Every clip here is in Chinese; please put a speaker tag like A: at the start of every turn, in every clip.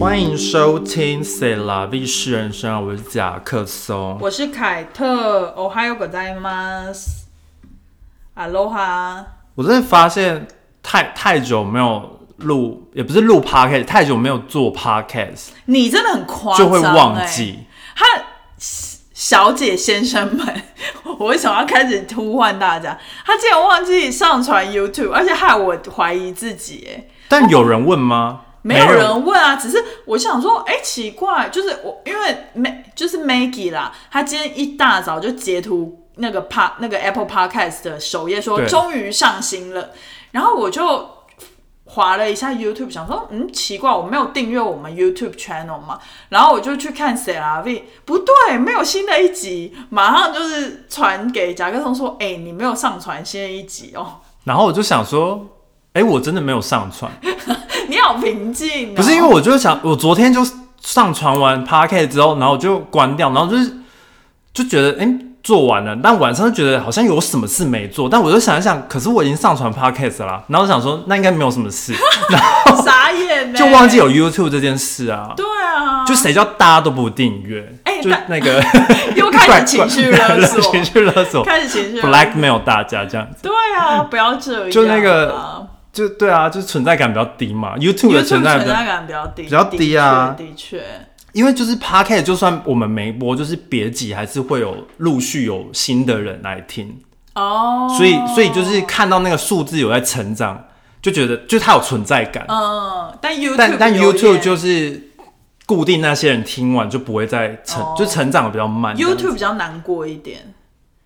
A: 欢迎收听《C 啦 V 是人生》，我是贾克松。
B: 我是凯特，Ohio g o z a i m a s Aloha，
A: 我真的发现太太久没有录，也不是录 podcast，太久没有做 podcast，
B: 你真的很夸张、
A: 就
B: 欸，
A: 会忘。记。
B: 他小姐先生们， 我为什么要开始呼唤大家？他竟然忘记上传 YouTube，而且害我怀疑自己、欸，
A: 但有人问吗？
B: 没有人问啊，只是我想说，哎、奇怪，就是我因为 Mag 就是 Maggie 啦，她今天一大早就截图那个 p 那个 Apple Podcast 的首页说
A: 对
B: 终于上新了，然后我就划了一下 YouTube，想说，嗯，奇怪，我没有订阅我们 YouTube channel 嘛，然后我就去看 C R V，不对，没有新的一集，马上就是传给贾克松说，哎、你没有上传新的一集哦，
A: 然后我就想说，哎、我真的没有上传，
B: 你好平静、哦，
A: 不是因为我就想，我昨天就上传完 podcast 之后，然后我就关掉，然后就是就觉得，哎、做完了，但晚上就觉得好像有什么事没做，但我就想一想，可是我已经上传 podcast 了啦，然后我想说，那应该没有什么 事，
B: 傻眼、呢
A: 就忘记有 YouTube 这件事啊。
B: 对啊，
A: 就谁叫大家都不订阅？
B: 哎
A: 就
B: 但
A: 那个
B: 又开始情 绪勒索，
A: 情绪勒索
B: 开始情绪勒索
A: ，blackmail 大家这样子，
B: 对啊，不要这样啊，
A: 就那个就对啊，就是存在感比较低嘛。YouTube 的
B: YouTube
A: 存
B: 存
A: 在
B: 在
A: 比较，
B: 感比较低，
A: 比较低啊
B: 的确，的
A: 因为就是 Podcast，就算我们没播，就是别集还是会有陆续有新的人来听，
B: 确哦，
A: 所以所以就是看到那个数字有在成长，就觉得就它有存在感。
B: 嗯，但 YouTube
A: 但但
B: 有
A: YouTube
B: 点
A: 就是固定那些人听完就不会再成，
B: 哦
A: 就成长的比较慢。
B: YouTube 比较难过一点，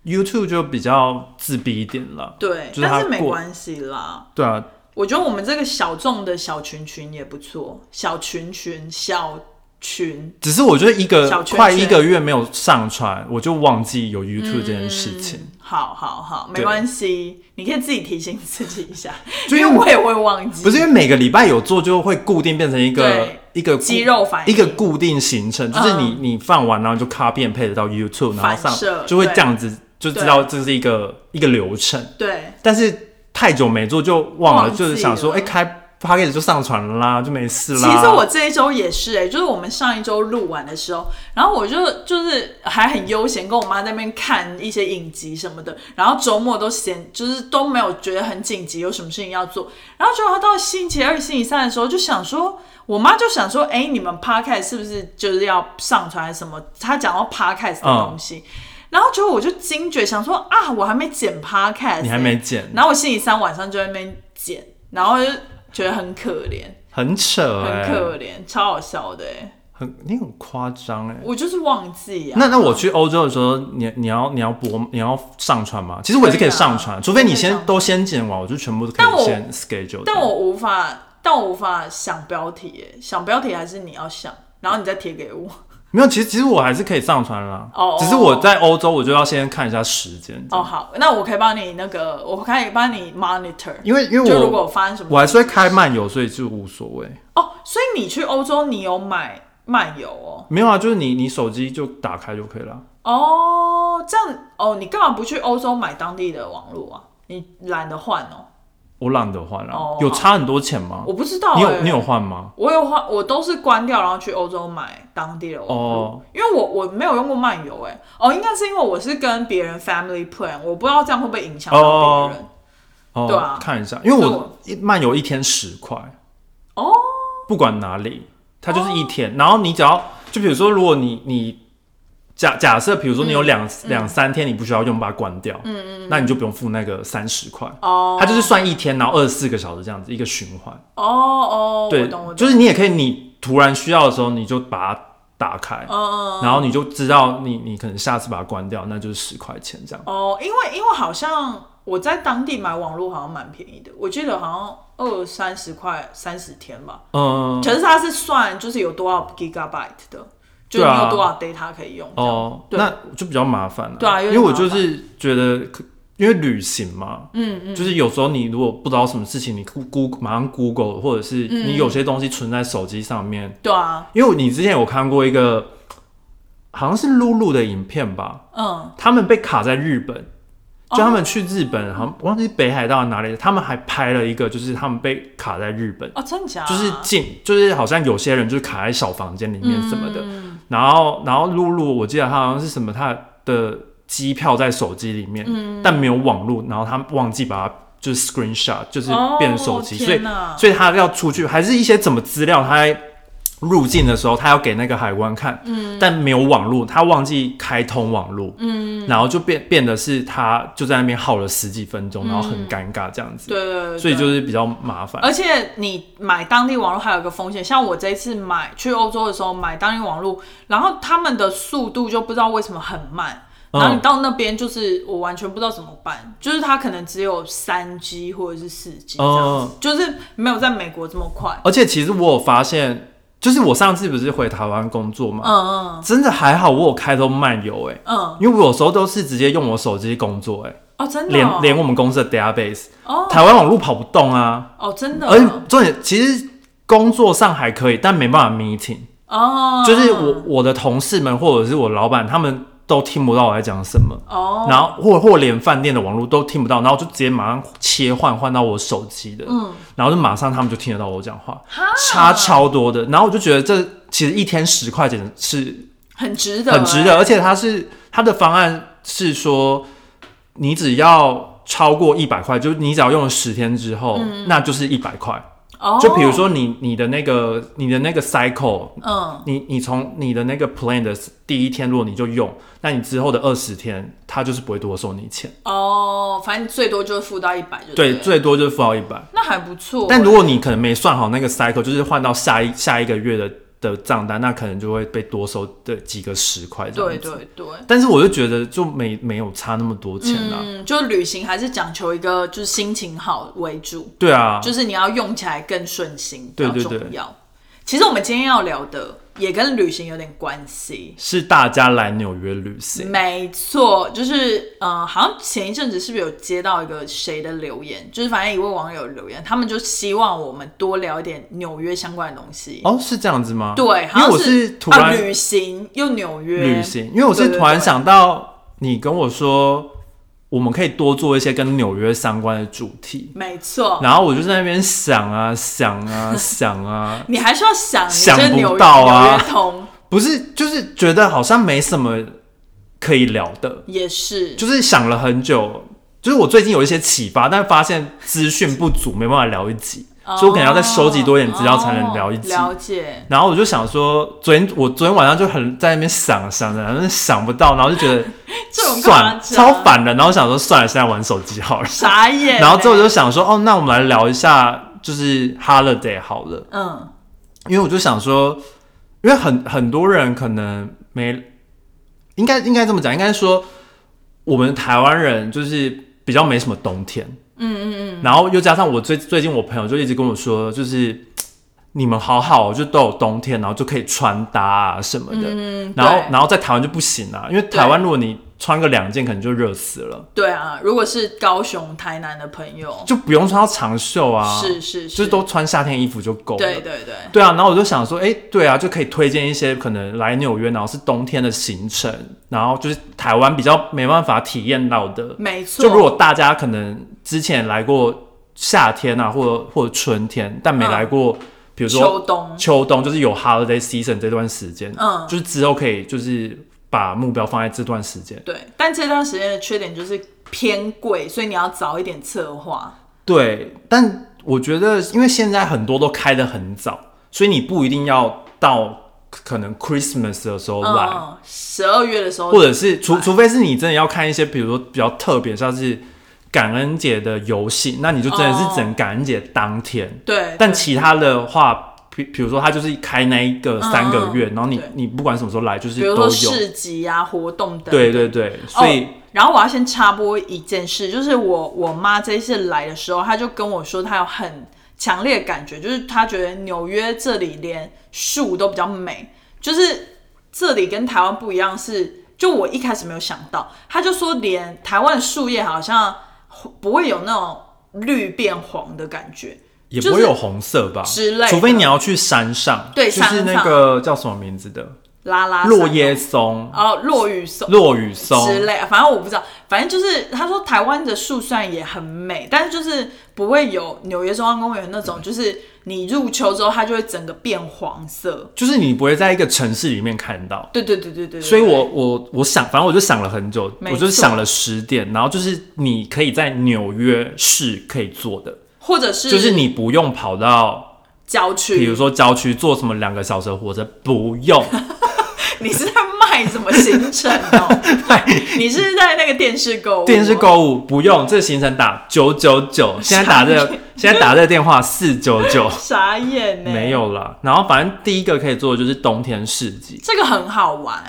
A: YouTube 就比较自闭一点了。
B: 对，
A: 就是它
B: 但是没
A: 过
B: 关系啦。
A: 对啊，
B: 我觉得我们这个小众的小群群也不错，小群群小群，
A: 只是我觉得一个
B: 小圈圈
A: 快一个月没有上传，我就忘记有 YouTube 这件事情。
B: 好好好，没
A: 对
B: 关系，你可以自己提醒自己一下，
A: 就因
B: 因
A: 为
B: 为我也会忘记，
A: 不是因为每个礼拜有做，就会固定变成一个
B: 对
A: 一个固
B: 肌肉反
A: 一
B: 应嗯
A: 个固定行程，就是你、你放完然后就 copy and paste 到 YouTube，然
B: 反
A: 后
B: 射
A: 上就会
B: 对
A: 这样子，就知道这是一个一个流程。
B: 对，
A: 但是太久没做就忘了，
B: 忘记
A: 就是想说，
B: 了
A: 哎、开 p o c a s t 就上传了啦，就没事啦。
B: 其实我这一周也是哎、就是我们上一周录完的时候，然后我就就是还很悠闲，跟我妈在那边看一些影集什么的，然后周末都闲，就是都没有觉得很紧急，有什么事情要做。然后结果到星期二、星期三的时候，就想说，我妈就想说，哎、你们 podcast 是不是就是要上传什么？她讲到 podcast 的东西。然后结果我就惊觉，想说啊，我还没剪 podcast，、欸
A: 你还没剪，
B: 然后我星期三晚上就在那边剪，然后就觉得很可怜。
A: 很扯哎、
B: 很可怜，超好笑的哎！
A: 很你很夸张哎。
B: 我就是忘记啊。
A: 那那我去欧洲的时候，你你要你要播你要上传吗？其实我也是可以上传，
B: 可以啊
A: 除非你
B: 可以上
A: 先
B: 传
A: 都先剪完，我就全部都可
B: 但
A: 以
B: 我
A: 先 schedule 掉。
B: 但我无法，但我无法想标题哎，想标题还是你要想，然后你再贴给我。
A: 没有，其实其实我还是可以上传啦。
B: 哦
A: 只是我在欧洲，我就要先看一下时间。
B: 哦，好，那我可以帮你那个，我可以帮你 monitor，
A: 因为因为
B: 就如果
A: 我
B: 发生什么，
A: 我还是会开漫游，所以就无所谓。
B: 哦。所以你去欧洲，你有买漫游哦？
A: 没有啊，就是你你手机就打开就可以了。
B: 哦，这样哦，你干嘛不去欧洲买当地的网络啊？你懒得换哦？
A: 我懒得换了、
B: 哦
A: 有差很多钱吗？
B: 我不知道、
A: 你
B: 哎
A: 有你有换吗？
B: 我有换，我都是关掉，然后去欧洲买当地的网络，
A: 哦
B: 因为我我没有用过漫游，哎，哦，应该是因为我是跟别人 family plan，我不知道这样会不会影响到别人。
A: 哦，
B: 对啊
A: 看一下，因为
B: 所以
A: 我
B: 我
A: 一漫游一天十块，
B: 哦，
A: 不管哪里，它就是一天。然后你只要，就比如说，如果你你假假设，比如说你有两
B: 嗯
A: 两、三天你不需要用，把它关掉，嗯嗯，那你就不用付那个三十块。
B: 哦，
A: 它就是算一天，然后二十四个小时这样子一个循环。
B: 哦哦，我
A: 对
B: 懂我，懂，
A: 就是你也可以，你突然需要的时候，你就把它打开，
B: 嗯，
A: 然后你就知道你你可能下次把它关掉，那就是十块钱这样。
B: 哦，因为因为好像我在当地买网络好像蛮便宜的，我记得好像二三十块三十天吧，
A: 嗯，
B: 可是它是算就是有多少 gigabyte 的，就是
A: 对啊
B: 你有多少 data 可以用这样。
A: 哦，
B: 对
A: 那就比较麻烦了、
B: 对啊有
A: 因
B: 点
A: 为我就是觉得可，因为旅行嘛，嗯嗯，就是有时候你如果不知道什么事情，你 Google 马上 Google，或者是
B: 嗯
A: 你有些东西存在手机上面，
B: 对啊，
A: 因为你之前有看过一个好像是露露的影片吧，
B: 嗯，
A: 他们被卡在日本，
B: 哦
A: 就他们去日本，好像忘记北海道哪里，他们还拍了一个，就是他们被卡在日本，
B: 哦，真的假的？
A: 就是进，就是好像有些人就是卡在小房间里面什么的。
B: 嗯
A: 然后，然后露露，我记得她好像是什么，她的机票在手机里面，
B: 嗯
A: 但没有网络，然后她忘记把它就是 screenshot，就是变成手机，
B: 哦
A: 所以
B: 天哪
A: 所以她要出去，还是一些怎么资料，她在入境的时候，她要给那个海关看，
B: 嗯
A: 但没有网络，她忘记开通网络，
B: 嗯
A: 然后就变变得是她就在那边耗了十几分钟，然后很尴尬这样子，
B: 嗯对对对对
A: 所以就是比较麻烦。
B: 而且你买当地网络还有一个风险，像我这一次买去欧洲的时候买当地网络，然后他们的速度就不知道为什么很慢，
A: 嗯
B: 然后你到那边就是我完全不知道怎么办，就是它可能只有三 G 或者是四 G 这
A: 嗯
B: 样子，就是没有在美国这么快。
A: 而且其实我有发现，就是我上次不是回台湾工作嘛，
B: 嗯嗯
A: 真的还好我有开通漫游哎、
B: 嗯，
A: 因为我有时候都是直接用我手机工作哎、
B: 哦，真的哦
A: 连连我们公司的 database，、
B: 哦
A: 台湾网络跑不动啊，
B: 哦，真的
A: 而且重点其实工作上还可以，但没办法 meeting，、
B: 哦，
A: 就是我我的同事们或者是我老板他们都听不到我在讲什么。
B: 哦，
A: 然后或或连饭店的网络都听不到，然后就直接马上切换换到我手机的，
B: 嗯
A: 然后就马上他们就听得到我讲话，差超多的。然后我就觉得这其实一天十块钱是
B: 很值得，欸
A: 很值得，而且它是它的方案是说，你只要超过一百块，就是你只要用了十天之后，
B: 嗯
A: 那就是一百块。
B: 哦，
A: 就比如说你你的那个你的那个 cycle，
B: 嗯
A: 你你从你的那个 plan 的第一天，如果你就用，那你之后的二十天，他就是不会多收你钱，
B: 哦，反正最多就是付到一百就
A: 对，
B: 了
A: 最多就是付到一百。
B: 那还不错欸。
A: 但如果你可能没算好那个 cycle，就是换到下一下一个月的的账单，那可能就会被多收的几个十块这样
B: 对
A: 子。
B: 对对，
A: 但是我就觉得就没没有差那么多钱啊啦、
B: 嗯，就旅行还是讲求一个就是心情好为主，
A: 对啊，
B: 就是你要用起来更顺心，比
A: 对
B: 较
A: 对
B: 重要。
A: 对
B: 其实我们今天要聊的也跟旅行有点关系。
A: 是大家来纽约旅行，
B: 没错，就是呃，好像前一阵子是不是有接到一个谁的留言，就是反正一位网友留言，他们就希望我们多聊一点纽约相关的东西。
A: 哦，是这样子吗？
B: 对，
A: 因为
B: 好像
A: 我是突然、
B: 啊、旅行又纽约
A: 旅行，因为我是
B: 对对
A: 突然
B: 对
A: 想到你跟我说，我们可以多做一些跟纽约相关的主题，
B: 没错，
A: 然后我就在那边想啊想 啊想啊，
B: 你还是要想，你
A: 想
B: 就是
A: 不
B: 纽约
A: 到啊
B: 纽约通
A: 不是，就是觉得好像没什么可以聊的，
B: 也是，
A: 就是想了很久，就是我最近有一些启发，但发现资讯不足，没办法聊一集，所以我可能要再收集多一点资料才能聊一集。
B: 哦了解，
A: 然后我就想说，昨天我昨天晚上就很在那边想想着，然后就想不到，然后就觉得
B: 这种干
A: 算
B: 嘛讲
A: 超烦的，然后想说算了，现在玩手机好了。
B: 傻眼欸。
A: 然后之后就想说，哦，那我们来聊一下就是 holiday 好了，
B: 嗯，
A: 因为我就想说，因为很很多人可能没，应该应该这么讲，应该说我们台湾人就是比较没什么冬天，嗯嗯嗯，然后又加上我最最近我朋友就一直跟我说，就是。你们好好哦，就都有冬天，然后就可以穿搭啊什么的。
B: 嗯
A: 然后
B: 对，
A: 然后在台湾就不行啊，因为台湾如果你穿个两件，可能就热死了，
B: 对啊，如果是高雄、台南的朋友，
A: 就不用穿到长袖啊，
B: 是是，
A: 就是都穿夏天衣服就够了。
B: 对对对，
A: 对啊，然后我就想说，哎、对啊，就可以推荐一些可能来纽约，然后是冬天的行程，然后就是台湾比较没办法体验到的。
B: 没错。
A: 就如果大家可能之前来过夏天啊，或者或者春天，但没
B: 嗯
A: 来过，比如说
B: 秋冬，
A: 秋冬就是有 holiday season 这段时间，
B: 嗯
A: 就是之后可以就是把目标放在这段时间。
B: 对，但这段时间的缺点就是偏贵，所以你要早一点策划。
A: 对，但我觉得因为现在很多都开得很早，所以你不一定要到可能 Christmas 的时候来，
B: 嗯，十二月的时候，
A: 哎或者是
B: 哎
A: 除除非是你真的要看一些，比如说比较特别，像是感恩节的游戏，那你就真的
B: 哦
A: 是整感恩节当天。
B: 对，
A: 但
B: 对
A: 其他的话，比比如说他就是开那一个三个月，
B: 嗯嗯
A: 然后你
B: 对
A: 你不管什么时候来，就是
B: 比如
A: 都
B: 说
A: 有。
B: 市集啊、活动等等，
A: 对对对，所以、
B: 哦然后我要先插播一件事，就是我我妈这一次来的时候，她就跟我说，她有很强烈的感觉，就是她觉得纽约这里连树都比较美，就是这里跟台湾不一样是，就我一开始没有想到，她就说连台湾的树叶好像不会有那种绿变黄的感觉，
A: 也
B: 哦就
A: 不会
B: 是
A: 有红色吧
B: 之类的
A: 除非你要去山上，
B: 对
A: 就是
B: 山
A: 那
B: 上啊
A: 个叫什么名字的
B: 拉拉山
A: 落叶松、
B: 哦，落雨松
A: 落雨松，
B: 之类，反正我不知道。反正就是他说台湾的树虽然也很美，但是就是不会有纽约中央公园那种，就是你入秋之后它就会整个变黄色。
A: 就是你不会在一个城市里面看到。
B: 对对对对对对
A: 所以我我我想，反正我就想了很久，
B: 没
A: 我就是
B: 错
A: 想了十点，然后就是你可以在纽约市可以做的，
B: 或者是
A: 就是你不用跑到，
B: 郊区，
A: 比如说郊区坐什么两个小时的火车，不 用，
B: 你是在卖什么行程 哦？你是在那个电视购物？哦
A: 电视。购物不用，这行程打九九九，现在打这
B: 傻
A: 个，现在打这个电话四九 九，
B: 傻眼欸呢、
A: 没，有啦。然后反正第一个可以做的就是冬天市集，
B: 这个很好玩。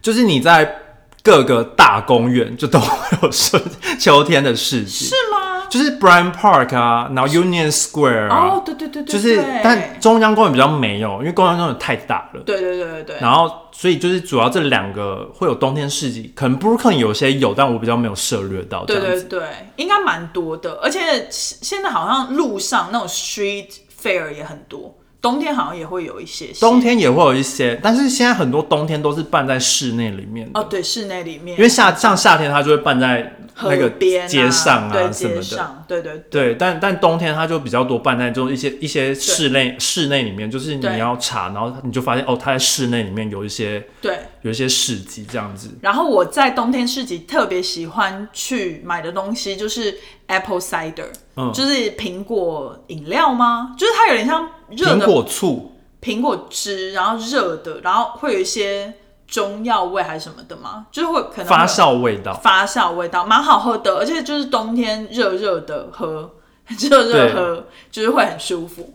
A: 就是你在各个大公园就都会有设 秋天的市集，
B: 是吗？
A: 就是 Bryan Park 啊，然后 Union Square 啊，
B: 哦，对对对对对，
A: 就是但中央公园比较没有，因为中央公园太大了。
B: 对对对对对，
A: 然后，所以就是主要这两个会有冬天市集，可能 Brooklyn 有些有，但我比较没有涉略到这
B: 对
A: 样子。
B: 对对，应该蛮多的，而且现现在好像路上那种 street fair 也很多，冬天好像也会有一些些。
A: 冬天也会有一些，但是现在很多冬天都是办在室内里面的，
B: 哦，对，室内里面，
A: 因为夏像夏天它就会办在那
B: 河
A: 个
B: 边、啊
A: 街上
B: 对
A: 啊什么
B: 街
A: 的。
B: 上，对对
A: 对，但但冬天它就比较多办在这种一些一些室内室内里面，就是
B: 对
A: 你要查，然后你就发现哦，它在室内里面有一些
B: 对。
A: 有一些市集这样子。
B: 然后我在冬天市集特别喜欢去买的东西就是 apple cider，、
A: 嗯
B: 就是苹果饮料吗？就是它有点像热
A: 苹
B: 的
A: 果醋
B: 苹果汁，然后热的，然后会有一些中药味还是什么的吗？就是会可能会有
A: 发酵味道，
B: 发酵味道，蛮好喝的，而且就是冬天热热的喝， 热热喝就是会很舒服。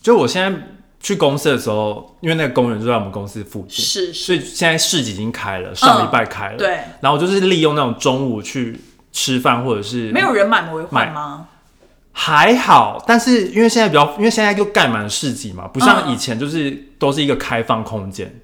A: 就我现在去公司的时候，因为那个公园就在我们公司附近，
B: 是是，
A: 所以现在市集已经开了，上礼拜开了。
B: 对，
A: 然后我就是利用那种中午去吃饭或者是
B: 没有人买魔幻吗？
A: 还好，但是因为现在比较，因为现在就盖满了市集
B: 嗯
A: 嘛，不像以前就是都是一个开放空间，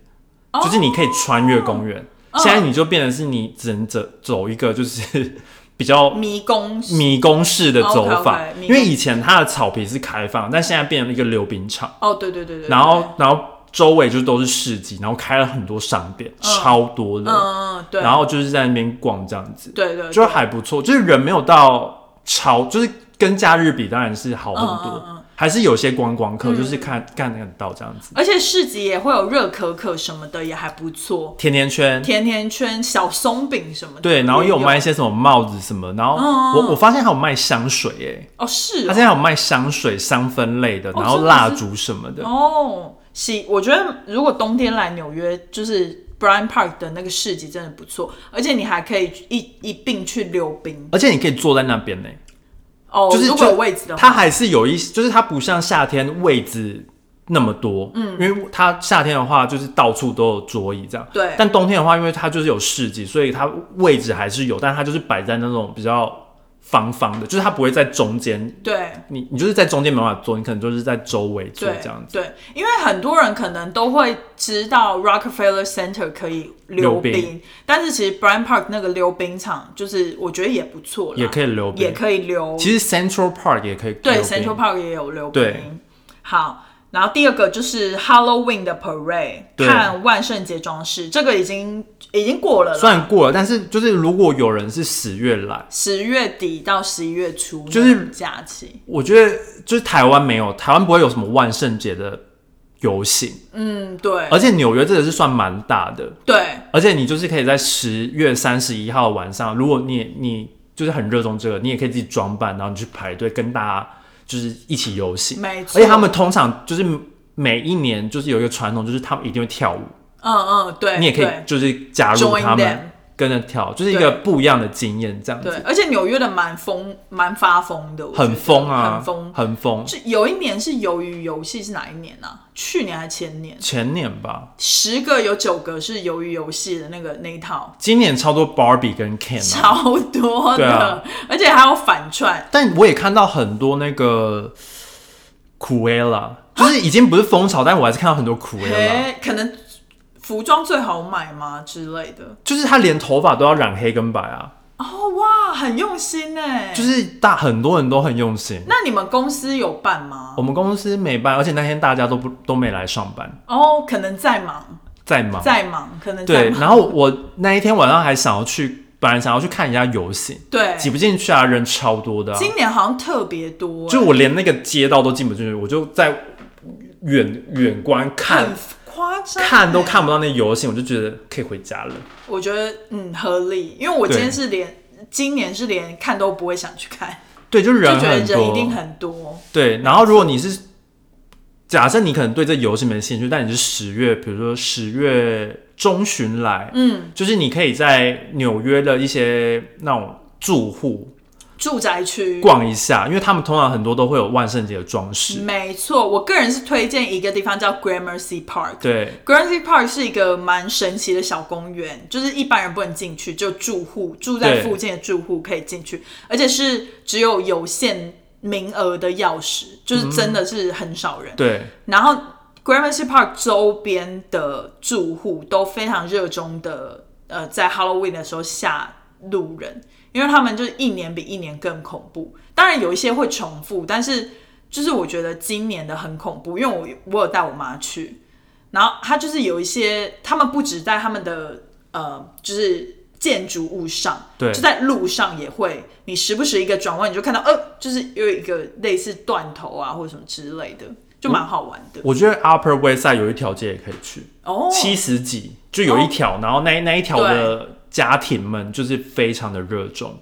B: 哦
A: 就是你可以穿越公园。
B: 嗯
A: 现在你就变成是你只能走走一个就是 比较
B: 迷宫
A: 迷宫式的走法
B: 哦 OK，OK，迷
A: 因
B: 宫
A: 为以前它的草皮是开放，但现在变成一个溜冰场，
B: 哦，对对对对，对
A: 然后然后周围就都是市集，然后开了很多商店，超多
B: 嗯
A: 的，
B: 嗯嗯对，
A: 然后就是在那边逛这样子，
B: 对对
A: 就
B: 对
A: 还不错，就是人没有到超，就是跟假日比当然是好很多，
B: 嗯嗯
A: 还是有些观光客、就是看看得到这样子，
B: 而且市集也会有热可可什么的，也还不错，
A: 甜甜圈。
B: 甜甜圈、小松饼什么的，
A: 对，然后
B: 也
A: 也有卖一些什么帽子什么，然后
B: 嗯嗯
A: 我我发现还有卖香水诶、
B: 哦，是
A: 他
B: 哦
A: 现在有卖香水、香氛类的，
B: 哦
A: 然后
B: 真的是
A: 蜡烛什么的。
B: 哦，喜，我觉得如果冬天来纽约，就是 Bryan Park 的那个市集真的不错，而且你还可以一一并去溜冰
A: 而且你可以坐在那边呢，
B: 哦。
A: 就是
B: 如果
A: 就
B: 有位置的
A: 它
B: 话，
A: 还是有一，就是它不像夏天位置那么多，嗯，因为它夏天的话就是到处都有桌椅这样，
B: 对
A: 但冬天的话，因为它就是有市集，所以它位置还是有，但它就是摆在那种比较方方的，就是它不会在中间，
B: 对
A: 你你就是在中间没办法坐，你可能就是在周围坐
B: 对
A: 这样子。
B: 对，因为很多人可能都会知道 Rockefeller Center 可以
A: 溜
B: 溜
A: 冰
B: 但是其实 Bryan Park 那个溜冰场，就是我觉得也不错啦，
A: 也可以溜冰
B: 也可以溜。
A: 其实 Central Park 也可以溜冰，
B: 对，Central Park 也有溜
A: 对
B: 冰。好，然后第二个就是 Halloween 的 parade，
A: 对
B: 看万圣节装饰，这个已经已经过了啦，
A: 虽然过了，但是就是如果有人是十月来，
B: 十月底到十一月初
A: 就是
B: 那种假期。
A: 我觉得就是台湾没有，台湾不会有什么万圣节的游行，
B: 嗯，对
A: 而且纽约这个是算蛮大的，
B: 对
A: 而且你就是可以在十月三十一号晚上，如果你你就是很热衷这个，你也可以自己装扮，然后你去排队跟大家就是一起游行，
B: 没错
A: 而且他们通常就是每一年就是有一个传统，就是他们一定会跳舞，
B: 嗯嗯，对，
A: 你也可以
B: 对
A: 就是加入
B: Join
A: 他
B: them
A: 们跟着跳，就是一个不一样的经验，这样
B: 对
A: 子，
B: 而且纽约的蛮疯，蛮发疯的，我觉得
A: 很疯啊，
B: 很疯。
A: 很疯。
B: 就有一年是鱿鱼游戏是哪一年啊？去年还是前年？
A: 前年吧，
B: 十个有九个是鱿鱼游戏的那个那一套，
A: 今年超多 Barbie 跟 Ken 啊，
B: 超多
A: 对
B: 的，
A: 啊
B: 而且还有反串，
A: 但我也看到很多那个 Cruella，就是已经不是风潮，但我还是看到很多 Cruella，
B: 诶，可能服装最好买吗之类的？
A: 就是她连头发都要染黑跟白啊，
B: 哦哇，很用心哎。
A: 就是大很多人都很用心。
B: 那你们公司有办吗
A: 我？们公司没办，而且那天大家都不都没来上班，
B: 哦，可能在忙，
A: 在忙。
B: 在忙，可能在
A: 哦对，
B: 忙。
A: 然后我那一天晚上还想要去本来想要去看一下游行，
B: 对，
A: 挤不进去啊，人超多的、啊，
B: 今年好像特别多、欸
A: 就我连那个街道都进不进去，我就在远远观看
B: 很夸张，欸
A: 看都。看不到那游行，我就觉得可以回家了。
B: 我觉得嗯合理，因为我今天
A: 对
B: 是连今年是连看都不会想去看，
A: 对，就
B: 就
A: 人
B: 觉得
A: 很多，
B: 人一定很多。
A: 对。然后如果你是假设你可能对这游戏没兴趣，但你是十月，比如说十月中旬来，
B: 嗯，
A: 就是你可以在纽约的一些那种住户
B: 住宅区。
A: 逛一下，因为他们通常很多都会有万圣节的装饰。
B: 没错，我个人是推荐一个地方叫 Gramercy Park。
A: 对，
B: Gramercy Park 是一个蛮神奇的小公园，就是一般人不能进去，就住户住在
A: 对
B: 附近的住户可以进去，而且是只有有限名额的钥匙，就是真的是很少人。
A: 对，
B: 然后 Gramercy Park 周边的住户都非常热衷的，呃，在 Halloween 的时候吓路人，因为他们就是一年比一年更恐怖。当然有一些会重复，但是就是我觉得今年的很恐怖，因为我我有带我妈去，然后她就是有一些，他们不止在他们的呃，就是。建筑物上，
A: 对
B: 就在路上也会，你时不时一个转弯，你就看到，呃，就是有一个类似断头啊，或者什么之类的，就蛮好玩的。
A: 我觉得 Upper West Side 有一条街也可以去，
B: 哦，
A: 七十几就有一条，然后那那一条
B: 对
A: 的家庭们就是非常的热衷。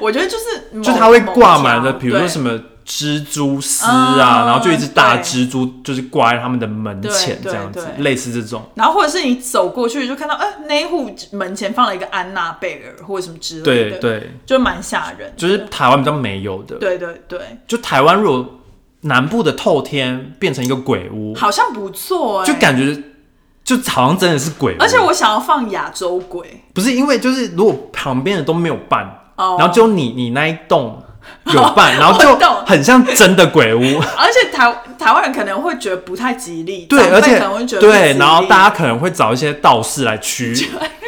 B: 我觉得就是某，
A: 就它会挂满了，
B: 某家
A: 比如说什么蜘蛛丝啊，
B: 嗯
A: 然后就一只大
B: 对
A: 蜘蛛就是挂在他们的门前
B: 对
A: 这样子
B: 对，对
A: 类似这种。
B: 对然后或者是你走过去就看到，哎、那一户门前放了一个安娜贝尔或者什么之类
A: 对
B: 的，，
A: 对，
B: 就蛮吓人的。
A: 就是台湾比较没有的。
B: 对对对，
A: 就台湾如果南部的透天变成一个鬼屋，
B: 好像不错哎、
A: 就感觉就好像真的是鬼屋。
B: 而且我想要放亚洲鬼
A: 不是因为就是如果旁边的都没有办，
B: 哦，
A: 然后就你你那一栋有办，然后
B: 我
A: 就
B: 懂
A: 很像真的鬼屋。
B: 而且台台湾人可能会觉得不太吉利，
A: 对，
B: 长辈
A: 而且
B: 可能会觉得不吉
A: 对，
B: 利
A: 然后大家可能会找一些道士来 驱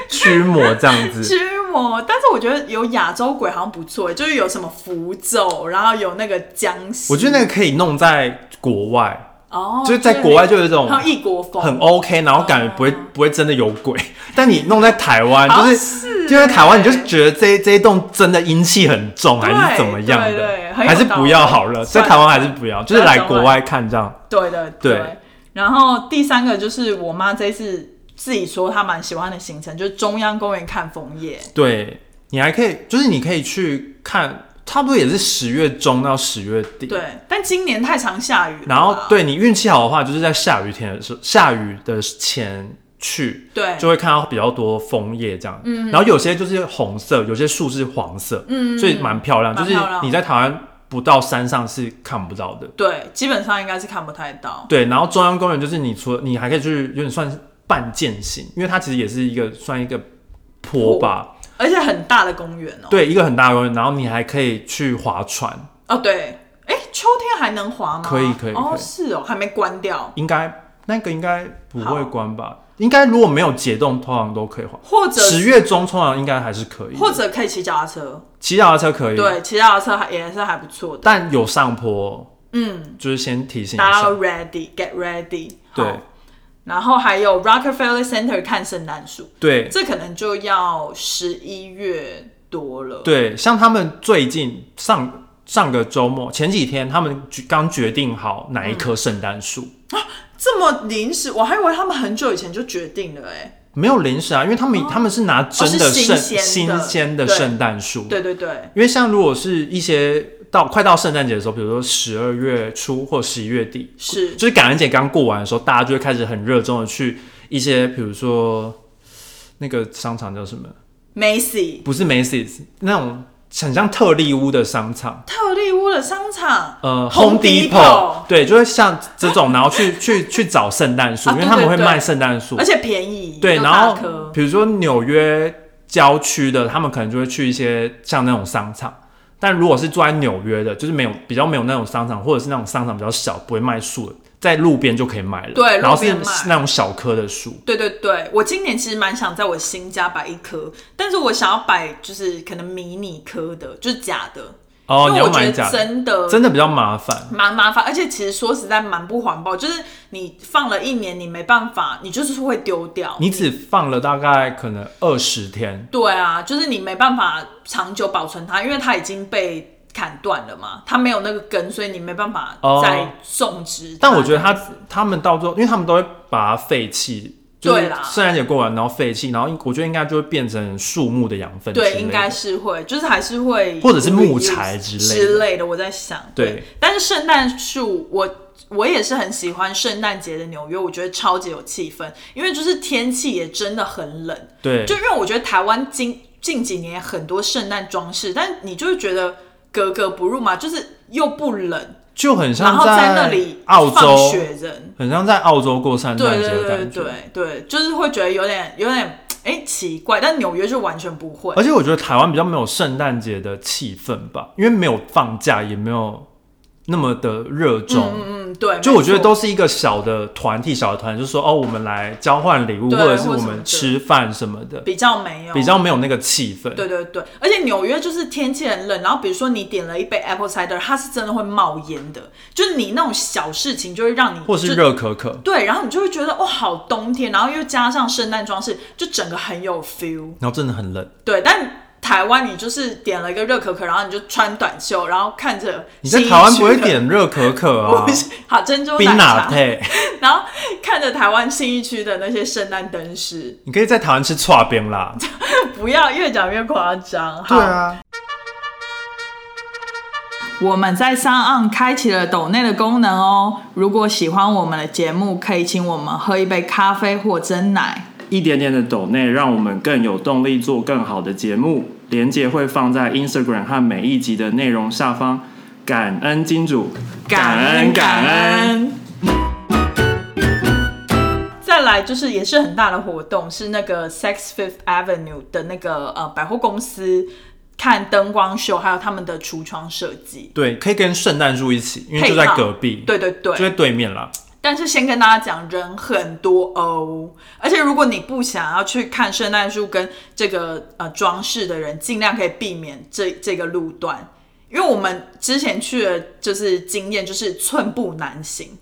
A: 驱魔这样子。
B: 驱魔，但是我觉得有亚洲鬼好像不错欸，就是有什么符咒，然后有那个僵尸，
A: 我觉得那个可以弄在国外，
B: 哦，
A: 就是在国外就有一种
B: 还有异国嗯风，
A: 很 OK，然后感觉不会不会真的有鬼。但你弄在台湾，
B: 好
A: 就
B: 像
A: 是
B: 哦是
A: 就在台湾，你
B: 欸
A: 就觉得这一这一栋真的阴气很重，
B: 对
A: 还是怎么样
B: 对
A: 的
B: 对，很有
A: 还是不要好了。
B: 道理
A: 在台湾还是不要，就是来国外看这样。
B: 对对
A: 对
B: 然后第三个就是我妈这一次自己说她蛮喜欢的行程，就是中央公园看枫叶。
A: 对你还可以，就是你可以去看，差不多也是十月中到十月底。
B: 对，但今年太常下雨了啦。
A: 然后对你运气好的话，就是在下雨天的时候，下雨的前去，
B: 对
A: 就会看到比较多枫叶这样。嗯，然后有些就是红色，有些树是黄色，嗯，所以蛮漂亮。
B: 蛮
A: 就是
B: 漂亮
A: 你在台湾不到山上是看不到的。
B: 对，基本上应该是看不太到。
A: 对，然后中央公园就是你除了你还可以去，有点算是半践行，因为它其实也是一个算一个坡吧，
B: 而且很大的公园哦。
A: 对，一个很大的公园，然后你还可以去划船，
B: 哦，对，哎，秋天还能滑吗？
A: 可以可以
B: 哦
A: 可，以
B: 是哦，还没关掉，
A: 应该那个应该不会关吧？应该如果没有解冻，通常都可以划。
B: 或者
A: 十月中通常应该还是可以的，
B: 或者可以骑脚踏车。
A: 骑脚踏车可以，，
B: 对，骑脚踏车还也是还不错的。
A: 但有上坡，
B: 嗯，
A: 就是先提醒一
B: 大家
A: 下
B: 要。ready，get ready。
A: 对。
B: 然后还有 Rockefeller Center 看圣诞树。
A: 对
B: 这可能就要十一月多了。，
A: 对，像他们最近上上个周末前几天，他们决刚决定好哪一棵圣诞树，
B: 这么临时，我还以为他们很久以前就决定了哎、
A: 没有临时啊，因为他们、他们是拿真的
B: 哦是
A: 圣、
B: 新鲜
A: 新
B: 的
A: 鲜的
B: 对
A: 圣诞树，
B: 对对对，
A: 因为像如果是一些到快到圣诞节的时候，比如说十二月初或十一月底，
B: 是
A: 就是感恩节刚过完的时候，大家就会开始很热衷的去一些，比如说那个商场叫什么？
B: Macy
A: 不是 Macy's 那种很像特例屋的商场，
B: 特利屋的商场，
A: 呃
B: Home Depot
A: 对，就会像这种，然后去去去找圣诞树，
B: 啊
A: 因为
B: 对
A: 他们
B: 对
A: 会
B: 对
A: 卖圣诞树
B: 而，且便宜，
A: 对，
B: 又
A: 然
B: 大
A: 后
B: 颗，
A: 比如说纽约郊区的，他们可能就会去一些像那种商场。但如果是住在纽约的，就是没有比较没有那种商场，或者是那种商场比较小，不会卖树的，在路边就可以买了。
B: 对
A: 然后
B: 路
A: 是
B: 边卖
A: 是那种小棵的树，
B: 对对对，我今年其实蛮想在我新家摆一棵，但是我想要摆就是可能迷你棵的，就是假的，
A: 哦，你
B: 因为
A: 要
B: 我觉
A: 买
B: 得
A: 假的，
B: 真的
A: 真的比较麻烦。
B: 蛮麻烦，而且其实说实在蛮不环保，就是你放了一年，你没办法，你就是会丢掉。
A: 你只放了大概可能二十天，
B: 对啊，就是你没办法长久保存它，因为它已经被砍断了嘛，它没有那个根，所以你没办法
A: 哦
B: 再种植它
A: 但我觉得他
B: 这样子
A: 他们到最后，因为他们都会把它废弃，就是
B: 对啦
A: 圣诞节过完然后废弃，然后应我觉得应该就会变成树木的养分之类的，
B: 对，应该是会，就是还是会，
A: 或者是木材之类的
B: 之类的。我在想，
A: 对
B: 但是圣诞树，我我也是很喜欢圣诞节的纽约，我觉得超级有气氛，因为就是天气也真的很冷，
A: 对，
B: 就因为我觉得台湾近近几年很多圣诞装饰，但你就会觉得格格不入嘛，就是又不冷，
A: 就很
B: 然
A: 像
B: 后在那里
A: 澳
B: 放
A: 洲，
B: 雪人，
A: 很像在澳洲过圣
B: 对
A: 诞节
B: 对
A: 的
B: 对
A: 感觉。
B: 对对，就是会觉得有点有点哎、奇怪，但纽约就完全不会。
A: 而且我觉得台湾比较没有圣诞节的气氛吧，因为没有放假，也没有那么的热衷。
B: 嗯，对，
A: 就我觉得
B: 没错
A: 都是一个小的团体，小的团体就是说哦，我们来交换礼物，
B: 对
A: 或者是
B: 或
A: 我
B: 什么
A: 们
B: 的
A: 吃饭什么的，
B: 比较没有，
A: 比较没有那个气氛。
B: 对对对，而且纽约就是天气很冷，然后比如说你点了一杯 apple cider，它是真的会冒烟的，就是你那种小事情就会让你
A: 或是
B: 就
A: 热可可，
B: 对，然后你就会觉得哇、好冬天，然后又加上圣诞装饰，就整个很有 feel。
A: 然后真的很冷。
B: 对，但台湾你就是点了一个热可可，然后你就穿短袖，然后看着
A: 你在
B: 新一
A: 台湾不会
B: 区的
A: 点热可可 啊
B: 不，是好珍珠
A: 冰
B: 奶
A: 拿
B: 茶，
A: 配，
B: 然后看着台湾信义区的那些圣诞灯饰，
A: 你可以在台湾吃串冰啦。
B: 不要越讲越夸张。好
A: 对啊，
B: 我们在上岸开启了抖内的功能哦。如果喜欢我们的节目，可以请我们喝一杯咖啡或蒸奶。
C: 一点点的抖内，让我们更有动力做更好的节目。连接会放在 Instagram 和每一集的内容下方。感恩金主，感恩。
B: 恩。再来就是也是很大的活动，是那个 Sex Fifth Avenue 的那个呃百货公司看灯光秀，还有他们的橱窗设计。
A: 对，可以跟圣诞树一起，因为就在隔壁，
B: 对对对，
A: 就在对面啦。
B: 但是先跟大家讲，人很多哦，而且如果你不想要去看圣诞树跟这个呃装饰的人，尽量可以避免这这个路段，因为我们之前去的就是经验就是寸步难行，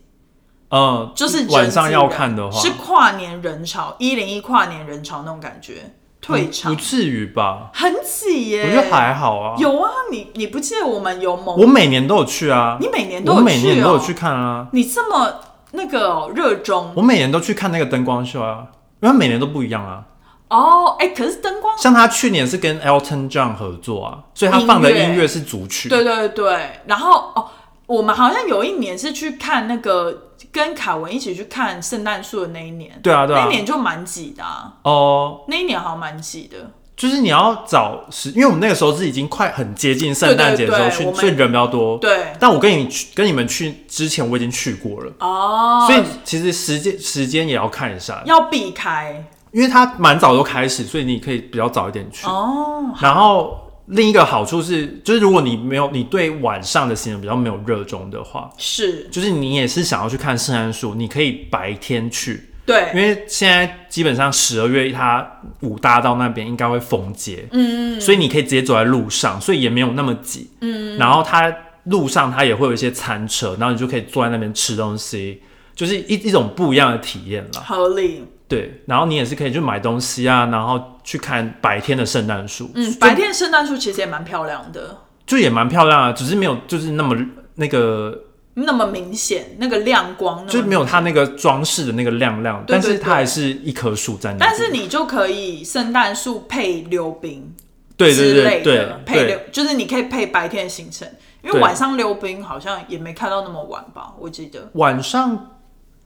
A: 嗯，
B: 就是人
A: 晚上
B: 挤
A: 要
B: 人
A: 看的话，
B: 是跨年人潮，一零一跨年人潮那种感觉，退
A: 不
B: 场、
A: 至于吧？
B: 很挤
A: 嗯
B: 耶、
A: 我觉得还好啊。
B: 有啊，你你不记得我们有某
A: 我每年都有去啊，
B: 你每年都
A: 我
B: 有去、哦，
A: 每年都有去，看啊，
B: 你这么那个哦热、衷
A: 我每年都去看那个灯光秀啊，因为它每年都不一样啊。
B: 哦，哎、可是灯光
A: 像他去年是跟 Elton John 合作啊，所以他
B: 音
A: 放的
B: 乐
A: 音乐是主曲。
B: 对对对，然后哦，我们好像有一年是去看那个跟凯文一起去看圣诞树的那一年，
A: 对啊，对啊。
B: 那一年就蛮挤的、啊，
A: 哦、
B: 那一年好像蛮挤的，
A: 就是你要找时，因为我们那个时候是已经快很接近圣诞节的时候去，
B: 对对对我们
A: 所以人比较多。
B: 对，
A: 但我跟你去跟你们去之前，我已经去过了，
B: 哦，
A: 所以其实时间时间也要看一下，
B: 要避开
A: 因为它蛮早就开始，所以你可以比较早一点去。
B: 哦，
A: 然后另一个好处是，就是如果你没有你对晚上的行程比较没有热衷的话，
B: 是
A: 就是你也是想要去看圣诞树，你可以白天去，因
B: 对，
A: 为现在基本上十二月它五大道那边应该会封街，
B: 嗯，
A: 所以你可以直接走在路上，所以也没有那么挤，嗯，然后它路上它也会有一些餐车，然后你就可以坐在那边吃东西，就是一一种不一样的体验啦。
B: 合理，
A: 对，然后你也是可以去买东西啊，然后去看白天的圣诞树，
B: 嗯，白天圣诞树其实也蛮漂亮的，
A: 就也蛮漂亮啊，只是没有就是那么那个
B: 那么明显，那个亮光，
A: 就是没
B: 有。
A: 有它那个装饰的那个亮亮，
B: 嗯对
A: 但
B: 对
A: 是它
B: 对
A: 还是一棵树在那边。
B: 但是你就可以圣诞树配溜冰，
A: 对对
B: 之
A: 对
B: 类
A: 对
B: 的，配溜
A: 对，，
B: 就是你可以配白天的行程，因为
A: 对
B: 晚上溜冰好像也没看到那么晚吧，我记得。
A: 晚上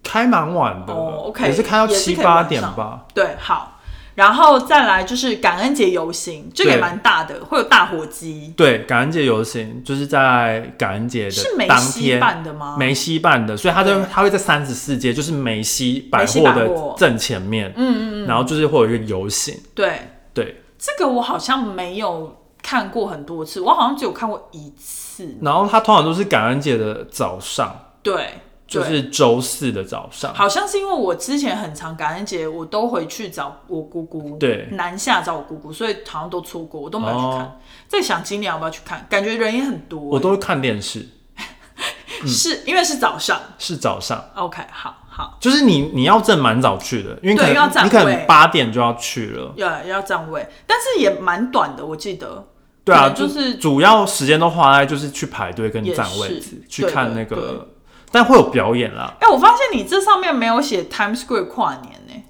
A: 开蛮晚的、
B: 哦，OK，
A: 也是开到
B: 也是
A: 七
B: 可以
A: 八
B: 晚
A: 点
B: 上
A: 吧。
B: 对，好，然后再来就是感恩节游行，这个也蛮大的，会有大火鸡，
A: 对，感恩节游行就是在感恩节
B: 是
A: 的
B: 梅
A: 当
B: 西
A: 天，
B: 办的吗？
A: 梅西办的，所以它在
B: 对
A: 它会在三十四街，就是梅西百
B: 梅西
A: 货
B: 百
A: 的
B: 货
A: 正前面，嗯嗯嗯，然后就是会有一个游行，
B: 对，
A: 对，
B: 这个我好像没有看过很多次，我好像只有看过一次。
A: 然后它通常都是感恩节的早上，
B: 对，
A: 就
B: 对
A: 是周四的早上。
B: 好像是因为我之前很常感恩节，我都回去找我姑姑，
A: 对
B: 南下找我姑姑，所以好像都错过，我都没有去看。
A: 哦
B: 在想今年要不要去看，感觉人也很多、欸
A: 我都嗯会看电视，
B: 是因为是早上
A: 是早上，
B: ，OK，好好，
A: 就是你你要正蛮早去的，因为可
B: 对要
A: 能
B: 站
A: 你可
B: 位
A: 能八点就要去了。
B: 要要占位，但是也蛮短的，我记得。
A: 对啊，
B: 可能就是
A: 主要时间都花在就是去排队跟占位
B: 也
A: 置
B: 是，
A: 去
B: 对
A: 看
B: 对
A: 那
B: 对
A: 个，但会有表演啦。
B: 哎、我发现你这上面没有写 Times Square 跨年呢、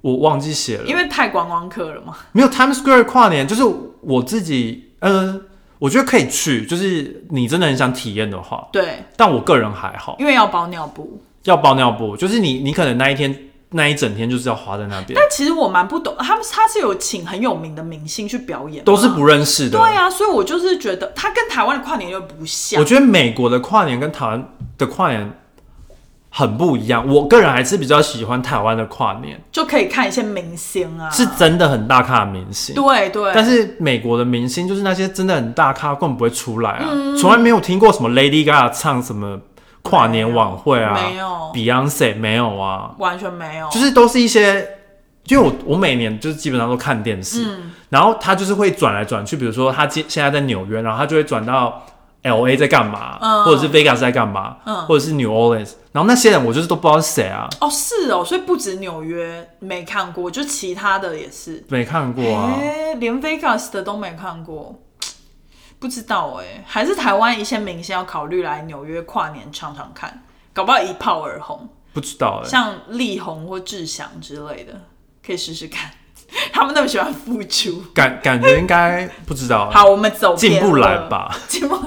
A: 我忘记写了，
B: 因为太观光客了嘛。
A: 没有 Times Square 跨年，就是我自己，呃，我觉得可以去，就是你真的很想体验的话，
B: 对，
A: 但我个人还好，
B: 因为要包尿布。
A: 要包尿布，就是你你可能那一天那一整天就是要花在那边，
B: 但其实我蛮不懂，他们他是有请很有名的明星去表演吗，
A: 都是不认识的。
B: 对啊，所以我就是觉得它跟台湾的跨年又不像
A: 我。觉得美国的跨年跟台湾的跨年很不一样，我个人还是比较喜欢台湾的跨年，
B: 就可以看一些明星啊，
A: 是真的很大咖的明星。
B: 对对，
A: 但是美国的明星就是那些真的很大咖，根本不会出来啊，
B: 嗯
A: 从、来没有听过什么 Lady Gaga 唱什么跨年晚会啊，
B: 没有
A: ，Beyonce 没有啊，
B: 完全没有，
A: 就是都是一些，因为我我每年就是基本上都看电视，
B: 嗯
A: 然后他就是会转来转去，比如说他现现在在纽约，然后他就会转到 L A 在干嘛，
B: 嗯
A: 或者是 Vegas 在干嘛，
B: 嗯
A: 或者是 New Orleans，然后那些人我就是都不知道是谁啊，
B: 哦是哦，所以不止纽约没看过，就其他的也是，
A: 没看过啊。
B: 哎、连 Vegas 的都没看过，不知道哎、还是台湾一些明星要考虑来纽约跨年唱唱看，搞不好一炮而红，
A: 不知道哎、
B: 像力宏或志祥之类的，可以试试看， 他们那么喜欢付出。
A: 感感觉应该不知道、欸，
B: 好，我们走偏
A: 进不来
B: 了
A: 吧？
B: 节目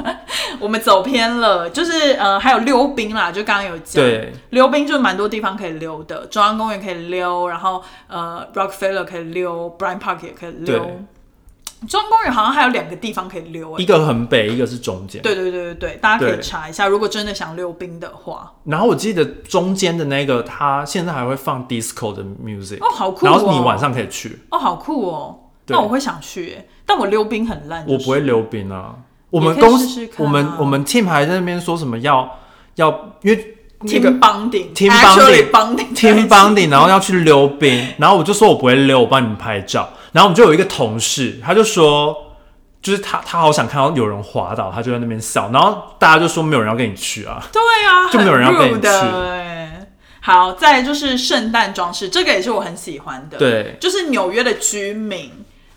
B: 我们走偏了，就是呃，还有溜冰啦，就刚刚有讲，
A: 对，
B: 溜冰就是蛮多地方可以溜的，中央公园可以溜，然后呃，Rockefeller 可以溜，Bryant Park 也可以溜
A: 对，
B: 中央公园好像还有两个地方可以溜、
A: 一
B: 欸，
A: 个很北，一个是中间。
B: 对对对对对，大家可以
A: 对
B: 查一下，如果真的想溜冰的话，
A: 然后我记得中间的那个，它现在还会放 disco 的 music，
B: 哦好酷哦
A: 然后你晚上可以去，
B: 哦，好酷哦，
A: 对
B: 那我会想去、欸，但我溜冰很烂、
A: 我不会溜冰啊。我们
B: 你可以
A: 公
B: 试
A: 司
B: 试看啊
A: 我们我们 team 还在那边说什么要要，因为那个
B: team bonding
A: team
B: actually
A: bonding
B: bonding
A: team bonding，然后要去溜冰，然后我就说我不会溜，我帮你们拍照。然后我们就有一个同事，他就说，就是他他好想看到有人滑倒，他就在那边笑，然后大家就说没有人要跟你去啊。
B: 对啊，
A: 就没有人要跟你
B: 很 rude 欸好，再来就是圣诞装饰，这个也是我很喜欢的。
A: 对
B: 就是纽约的居民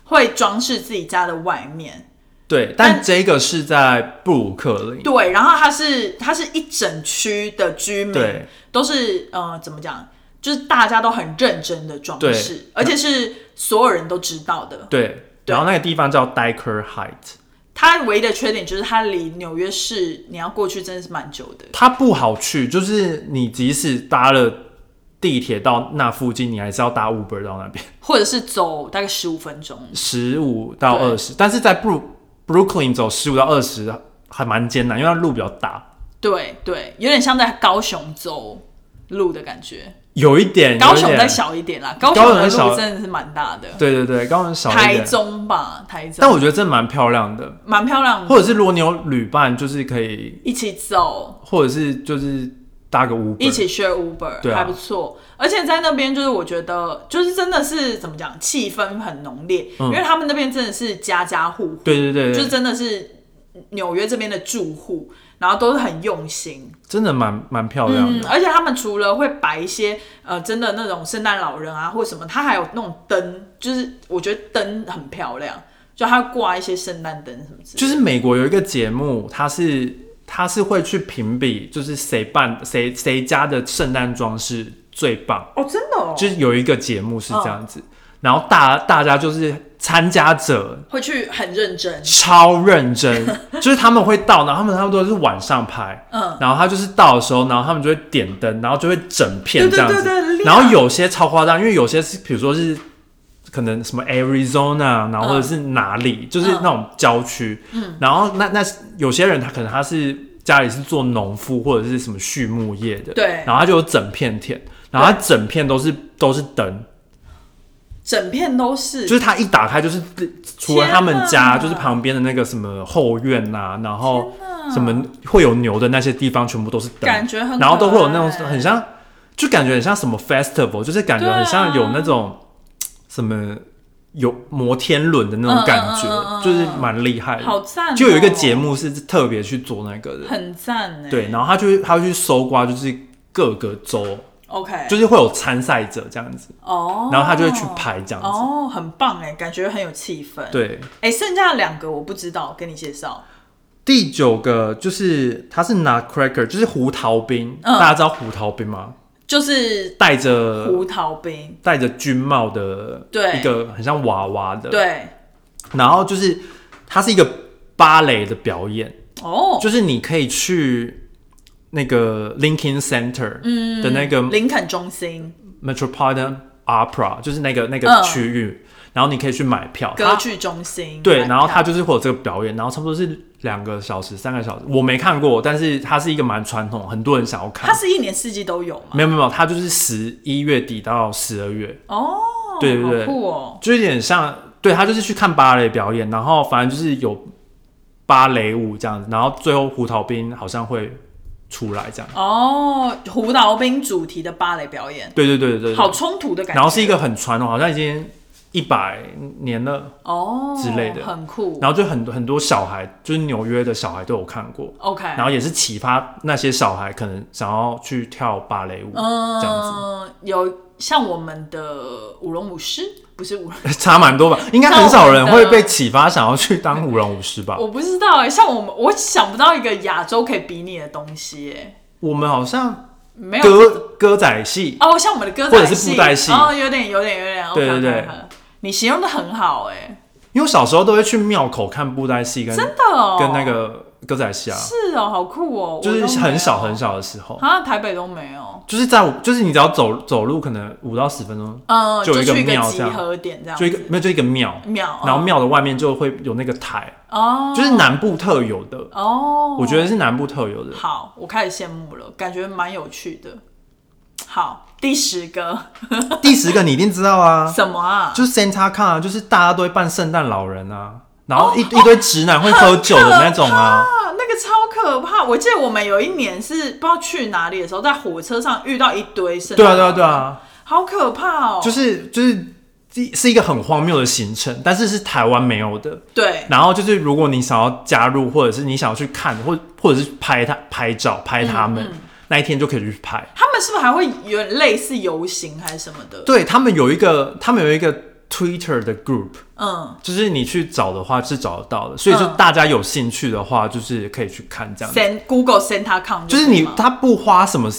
B: 会装饰自己家的外面。
A: 对，
B: 但
A: 但这个是在布鲁克林，
B: 对，然后它是它是一整区的居民
A: 对
B: 都是呃怎么讲，就是大家都很认真的装饰
A: 对，
B: 而且是所有人都知道的。
A: 对，然后那个地方叫 Diker Height，
B: 它唯一的缺点就是它离纽约市你要过去真的是蛮久的。
A: 它不好去，就是你即使搭了地铁到那附近，你还是要搭 Uber 到那边，
B: 或者是走大概十五分钟，
A: 十五到二十，但是在布鲁 Brooklyn 走十五到二十还蛮艰难，因为它路比较大，
B: 对对，有点像在高雄走路的感觉。
A: 有一点，
B: 高
A: 有
B: 雄
A: 一
B: 再
A: 点，
B: 小一点啦，高
A: 雄
B: 雄的
A: 再小
B: 路真的是蛮大的。
A: 对对对，高雄小一
B: 台
A: 点，
B: 中吧，台中，
A: 但我觉得真的蛮漂亮的，
B: 蛮漂亮
A: 或
B: 的。
A: 者是如果你有旅伴，就是可以，
B: 一起走，
A: 或者是就是搭个 Uber，
B: 一起 share Uber，、
A: 对啊
B: 还不错。而且在那边，就是我觉得，就是真的是怎么讲，气氛很浓烈，
A: 嗯
B: 因为他们那边真的是家家户户，
A: 对对对对，
B: 就是真的是纽约这边的住户，然后都是很用心。
A: 真的蛮蛮漂亮的。
B: 嗯，而且他们除了会摆一些呃，真的那种圣诞老人啊，或什么，它还有那种灯，就是我觉得灯很漂亮，就它会挂一些圣诞灯什么之类的。
A: 就是美国有一个节目，它是它是会去评比，就是谁办谁谁家的圣诞装饰最棒，
B: 哦，真的哦，
A: 就是有一个节目是这样子，然后大大家就是参加者
B: 会去很认真，
A: 超认真， 就是他们会到，然后他们差不多是晚上拍。
B: 嗯，
A: 然后他就是到的时候，然后他们就会点灯，然后就会整片这样子。
B: 对对对对
A: 然后有些超夸张，因为有些是比如说是可能什么 Arizona，然后或者是哪里，
B: 嗯
A: 就是那种郊区。嗯。然后那那有些人他可能他是家里是做农夫或者是什么畜牧业的，
B: 对
A: 然后他就有整片田，然后他整片都是都是灯，
B: 整片都是，
A: 就是他一打开就是除了他们
B: 天
A: 家
B: 哪
A: 就是旁边的那个什么后院呐、然后
B: 天哪
A: 什么会有牛的那些地方，全部都是灯，
B: 感觉很可爱
A: 然后都会有那种很像，就感觉很像什么 festival，就是感觉很像有那种、什么有摩天轮的那种感觉，
B: 嗯嗯嗯嗯嗯
A: 就是蛮厉害的。
B: 好赞哦
A: 就有一个节目是特别去做那个的，
B: 很赞哎。
A: 对，然后他就他会去搜刮，就是各个州，
B: ，OK，
A: 就是会有参赛者这样子，
B: 哦，
A: 然后他就会去排这样子。
B: 哦，很棒哎，感觉很有气氛。，
A: 对，
B: 哎，剩下两个我不知道，跟你介绍。
A: 第九个就是它是 Nutcracker，就是胡桃冰，
B: 嗯
A: 大家知道胡桃冰吗？
B: 就是
A: 戴着
B: 胡桃冰，
A: 戴着军帽的，
B: 对
A: 一个很像娃娃的，。
B: 对，
A: 然后就是它是一个芭蕾的表演，
B: 哦，
A: 就是你可以去那个 Lincoln Center
B: 嗯
A: 的那个
B: 林肯中心
A: Metropolitan Opera，就是那个那个
B: 嗯
A: 区域，然后你可以去买票。
B: 歌
A: 它
B: 剧中心，
A: 对，然后它
B: 他
A: 就是会有这个表演，然后差不多是两个小时、三个小时，我没看过，但是它是一个蛮传统，很多人想要看
B: 它。是一年四季都有嘛？
A: 没有没有没有，它就是十一月底到十二月，
B: 哦，
A: 对对对
B: 好酷哦，
A: 就有点像，对他就是去看芭蕾表演，然后反正就是有芭蕾舞这样子，然后最后胡桃兵好像会出来这样。
B: 哦，胡桃冰主题的芭蕾表演，
A: 对对对对对，
B: 好冲突的感觉。
A: 然后是一个很传统，好像已经一百年了，
B: 哦
A: 之类的
B: 很酷。
A: 然后就很多很多小孩，就是纽约的小孩都有看过，
B: 哦 OK，
A: 然后也是启发那些小孩可能想要去跳芭蕾舞、
B: 嗯，
A: 这样
B: 有像我们的舞龙舞狮，不是舞龙，
A: 子， 差蛮多吧？应该很少人会被启发想要去当舞龙舞狮吧？
B: 我不知道哎、像我们，我想不到一个亚洲可以比拟的东西哎、
A: 我们好像
B: 没有
A: 歌歌仔戏，
B: 哦，像我们的歌仔
A: 或者是布袋戏
B: 哦，有点有点有点，
A: 对对对
B: OK，OK，OK，你形容的很好哎、
A: 因为我小时候都会去庙口看布袋戏跟
B: 真的哦，
A: 跟那个歌仔戏啊，
B: 是哦，好酷哦，
A: 就是很小很
B: 小
A: 小的时候，
B: 啊，台北都没有，
A: 就是在我就是你只要走走路可能五到十分钟，
B: 嗯，
A: 就有
B: 就
A: 一个
B: 去一
A: 庙这
B: 个集
A: 样
B: 合点这样
A: 就
B: 子，
A: 一个没有就一个庙，
B: 庙，
A: 然后庙的外面就会有那个台，
B: 哦，
A: 就是南部特有的，
B: 哦，
A: 我觉得是南部特有的。
B: 好，我开始羡慕了，感觉蛮有趣的。好，第十个
A: 啊第十个你一定知道 啊，
B: 什么啊？
A: 就是 Santa Con 啊，就是大家都会扮圣诞老人啊，然后一
B: 哦
A: 一堆直男会喝酒的那种 啊，
B: 啊，那个超可怕！我记得我们有一年是不知道去哪里的时候，在火车上遇到一堆圣
A: 对
B: 诞
A: 啊对啊
B: 老人，
A: 对啊，
B: 好可怕哦！
A: 就是就是是一个很荒谬的行程，但是是台湾没有的。
B: 对，
A: 然后就是，如果你想要加入，或者是你想要去看，或或者是拍他拍照拍他
B: 嗯
A: 们、那一天就可以去拍。
B: 他们是不是还会有点类似游行还是什么的？
A: 对他们有一个，他们有一个 Twitter 的 group，
B: 嗯
A: 就是你去找的话是找得到的。所以就
B: 嗯
A: 大家有兴趣的话，就是可以去看这样子。
B: ，Sen Google Santa Con
A: 就是
B: 可以
A: 你
B: 吗
A: 他不花什么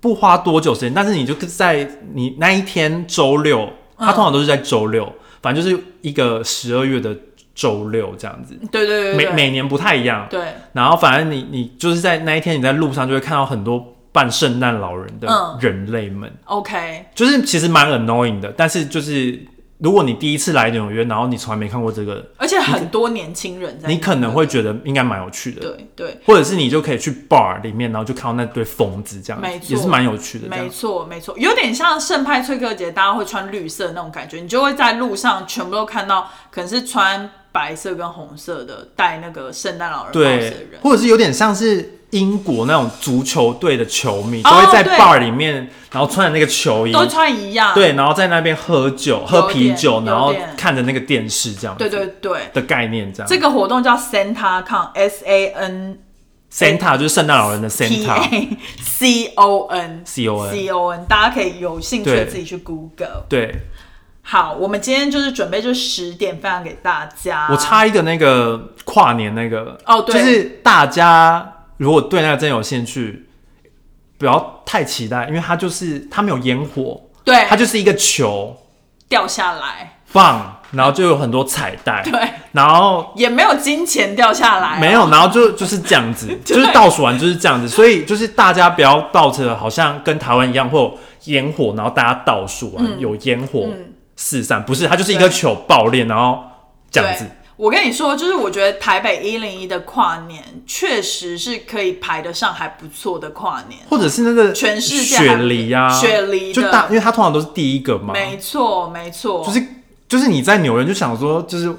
A: 不花多久时间，但是你就在你那一天周六，
B: 嗯
A: 他通常都是在周六，反正就是一个十二月的周六这样子。
B: 对对对
A: 每
B: 对
A: 每年不太一样，
B: 对
A: 然后反正你你就是在那一天你在路上就会看到很多扮圣诞老人的
B: 嗯
A: 人类们，
B: OK
A: 就是其实蛮 annoying 的，但是就是如果你第一次来纽约，然后你从来没看过这个，
B: 而且很多年轻人在那边，
A: 你可能会觉得应该蛮有趣的。
B: 对对，
A: 或者是你就可以去 bar 里面，然后就看到那堆疯子这样
B: 没，错
A: 也是蛮有趣的。这
B: 没
A: 样，
B: 错没错，有点像圣派翠克节，大家会穿绿色那种感觉，你就会在路上全部都看到，可能是穿白色跟红色的，戴那个圣诞老人帽子的
A: 对
B: 人，，
A: 或者是有点像是英国那种足球队的球迷，
B: 哦
A: 都会在
B: 对
A: bar 里面，然后穿着那个球衣，
B: 都穿一样。
A: 对，然后在那边喝酒、喝啤
B: 有
A: 酒，
B: 点
A: 然后
B: 有点
A: 看着那个电视这样子。
B: 对对对，
A: 的概念，这样。
B: 这个活动叫 Santa Con S A N
A: Santa 就是圣诞老人的
B: T
A: Santa，
B: A C O N
A: C O N
B: C O N，大家可以有兴趣
A: 对
B: 的自己去 Google。
A: 对
B: 好，我们今天就是准备这十点分享给大家。
A: 我插一个那个跨年那个
B: 哦对
A: 就是大家如果对那个真有兴趣，不要太期待，因为它就是它没有烟火，
B: 对，
A: 它就是一个球
B: 掉下来，
A: 棒，然后就有很多彩带，
B: 对，
A: 然后
B: 也没有金钱掉下来、哦
A: 没有，，然后就就是这样 子，就是倒数完就是这样子，所以就是大家不要抱着好像跟台湾一样会有烟火，然后大家倒数完、
B: 嗯
A: 有烟火四散，不是，它就是一个
B: 对
A: 球爆裂，然后这样子
B: 对，。我跟你说，就是我觉得台北一零一的跨年确实是可以排得上还不错的跨年，
A: 或者是那个
B: 全世界
A: 雪
B: 还不
A: 梨啊，
B: 雪梨
A: 就
B: 的
A: 大，因为它通常都是第一个嘛，
B: 没错没错，
A: 就是就是你在纽约就想说就是。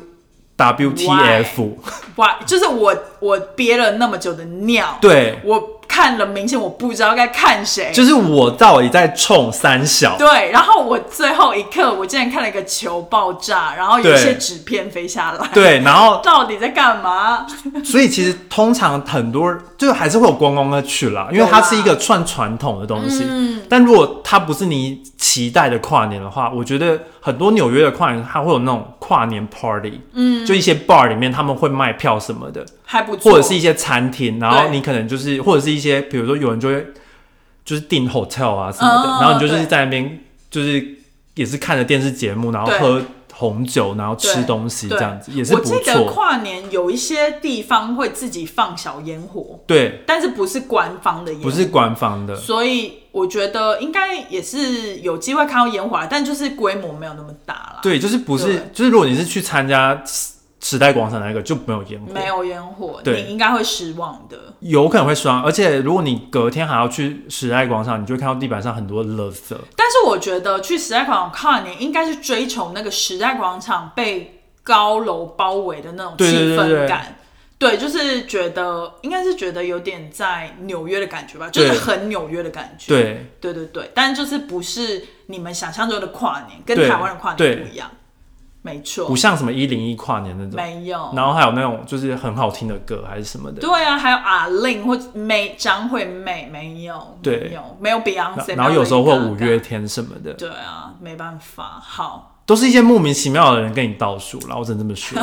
A: WTF？
B: 哇，就是我我憋了那么久的尿，
A: 对，
B: 我看了明星，我不知道该看谁，
A: 就是我到底在冲三小？
B: 对，然后我最后一刻，我竟然看了一个球爆炸，然后有一
A: 对
B: 些纸片飞下 来，，
A: 对，然后
B: 到底在干嘛？
A: 所以其实通常很多人就还是会有观光客去啦，因为它是一个算传统的东西。
B: 嗯
A: 但如果它不是你期待的跨年的话，我觉得很多纽约的跨年它会有那种跨年 party，嗯，就一些 bar 里面他们会卖票什么的，
B: 还不错，
A: 或者是一些餐厅，然后
B: 对
A: 你可能就是或者是一些比如说有人就会就是订 hotel 啊什么的，
B: 嗯
A: 然后你就是
B: 对
A: 在那边就是也是看着电视节目，然后
B: 对
A: 喝红酒，然后吃
B: 对
A: 东西
B: 对
A: 这样子也是
B: 我
A: 不
B: 记得
A: 错，
B: 跨年有一些地方会自己放小烟火，
A: 对。
B: 但是不是官方的烟火，
A: 不是官方的，
B: 所以我觉得应该也是有机会看到烟火啦，但就是规模没有那么大啦。，
A: 对，就是不是
B: 对，
A: 就是如果你是去参加时时代广场那个，就没有烟火，
B: 没有烟火，
A: 对
B: 你应该会失望的。
A: 有可能会伤。而且如果你隔天还要去时代广场，你就会看到地板上很多垃圾。
B: 但是我觉得去时代广场跨年，应该是追求那个时代广场被高楼包围的那种
A: 对
B: 气
A: 对对
B: 氛
A: 对
B: 感。对，就是觉得应该是觉得有点在纽约的感觉吧，就是
A: 对
B: 很纽约的感觉。
A: 对，
B: 对对对，但就是不是你们想象中的跨年，跟
A: 对
B: 台湾的跨年
A: 对
B: 不一样，没错
A: 不，像什么一零一跨年那种，
B: 没有。
A: 然后还有那种就是很好听的歌还是什么的，
B: 对啊，还有阿令或美张惠妹，没有，
A: 对
B: 没有，没有 Beyonce，
A: 然然后有时候
B: 没
A: 会有
B: Lady
A: 五月
B: Gaga，
A: 天什么的，
B: 对啊，没办法，好
A: 都是一些莫名其妙的人跟你倒数啦，我只能这么 说。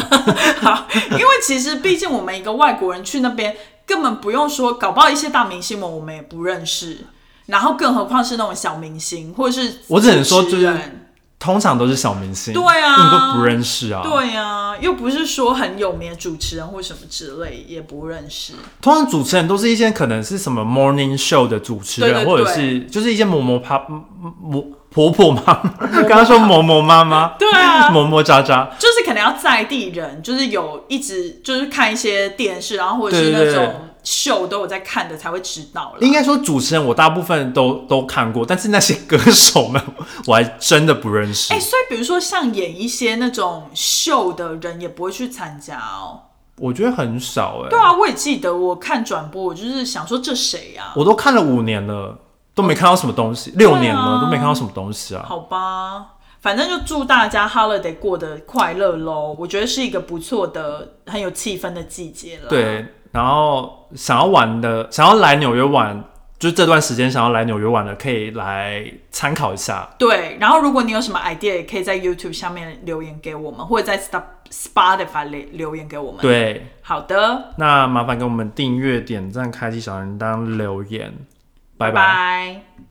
B: 好，因为其实毕竟我们一个外国人去那边，根本不用说，搞不好一些大明星们我们也不认识，然后更何况是那种小明星或者是
A: 我只能说
B: 主持
A: 就是
B: 人
A: 通常都是小明星，
B: 对啊
A: 根本都不认识啊。，
B: 对呀、又不是说很有名的主持人或什么之类，也不认识。
A: 通常主持人都是一些可能是什么 morning show 的主持人，
B: 对对
A: 或
B: 对
A: 者是就是一些嬷嬷啪嬷婆婆妈妈， 刚刚说嬷嬷妈妈，
B: 对啊，
A: 嬷嬷喳喳，
B: 就是可能要在地人，就是有一直就是看一些电视，然后或者是
A: 对对对
B: 那种秀都有在看的才会知道啦
A: 应该说主持人我大部分都都看过，但是那些歌手们 我还真的不认识。
B: 哎、所以比如说像演一些那种秀的人，也不会去参加哦。
A: 我觉得很少哎、
B: 对啊，我也记得我看转播，我就是想说这谁啊呀、
A: 我都看了五年了，都没看到什么东西，六年了、都没看到什么东西啊。
B: 啊好吧，反正就祝大家 holiday 过得快乐喽。我觉得是一个不错的、很有气氛的季节了。
A: 对，然后想要玩的，想要来纽约玩，就是这段时间想要来纽约玩的，可以来参考一下。
B: 对，然后如果你有什么 idea，也可以在 YouTube 下面留言给我们，或者在 Sp- Spotify 留留言给我们。，
A: 对，
B: 好的，
A: 那麻烦给我们订阅、点赞、开启小铃铛、留言，拜拜。
B: 拜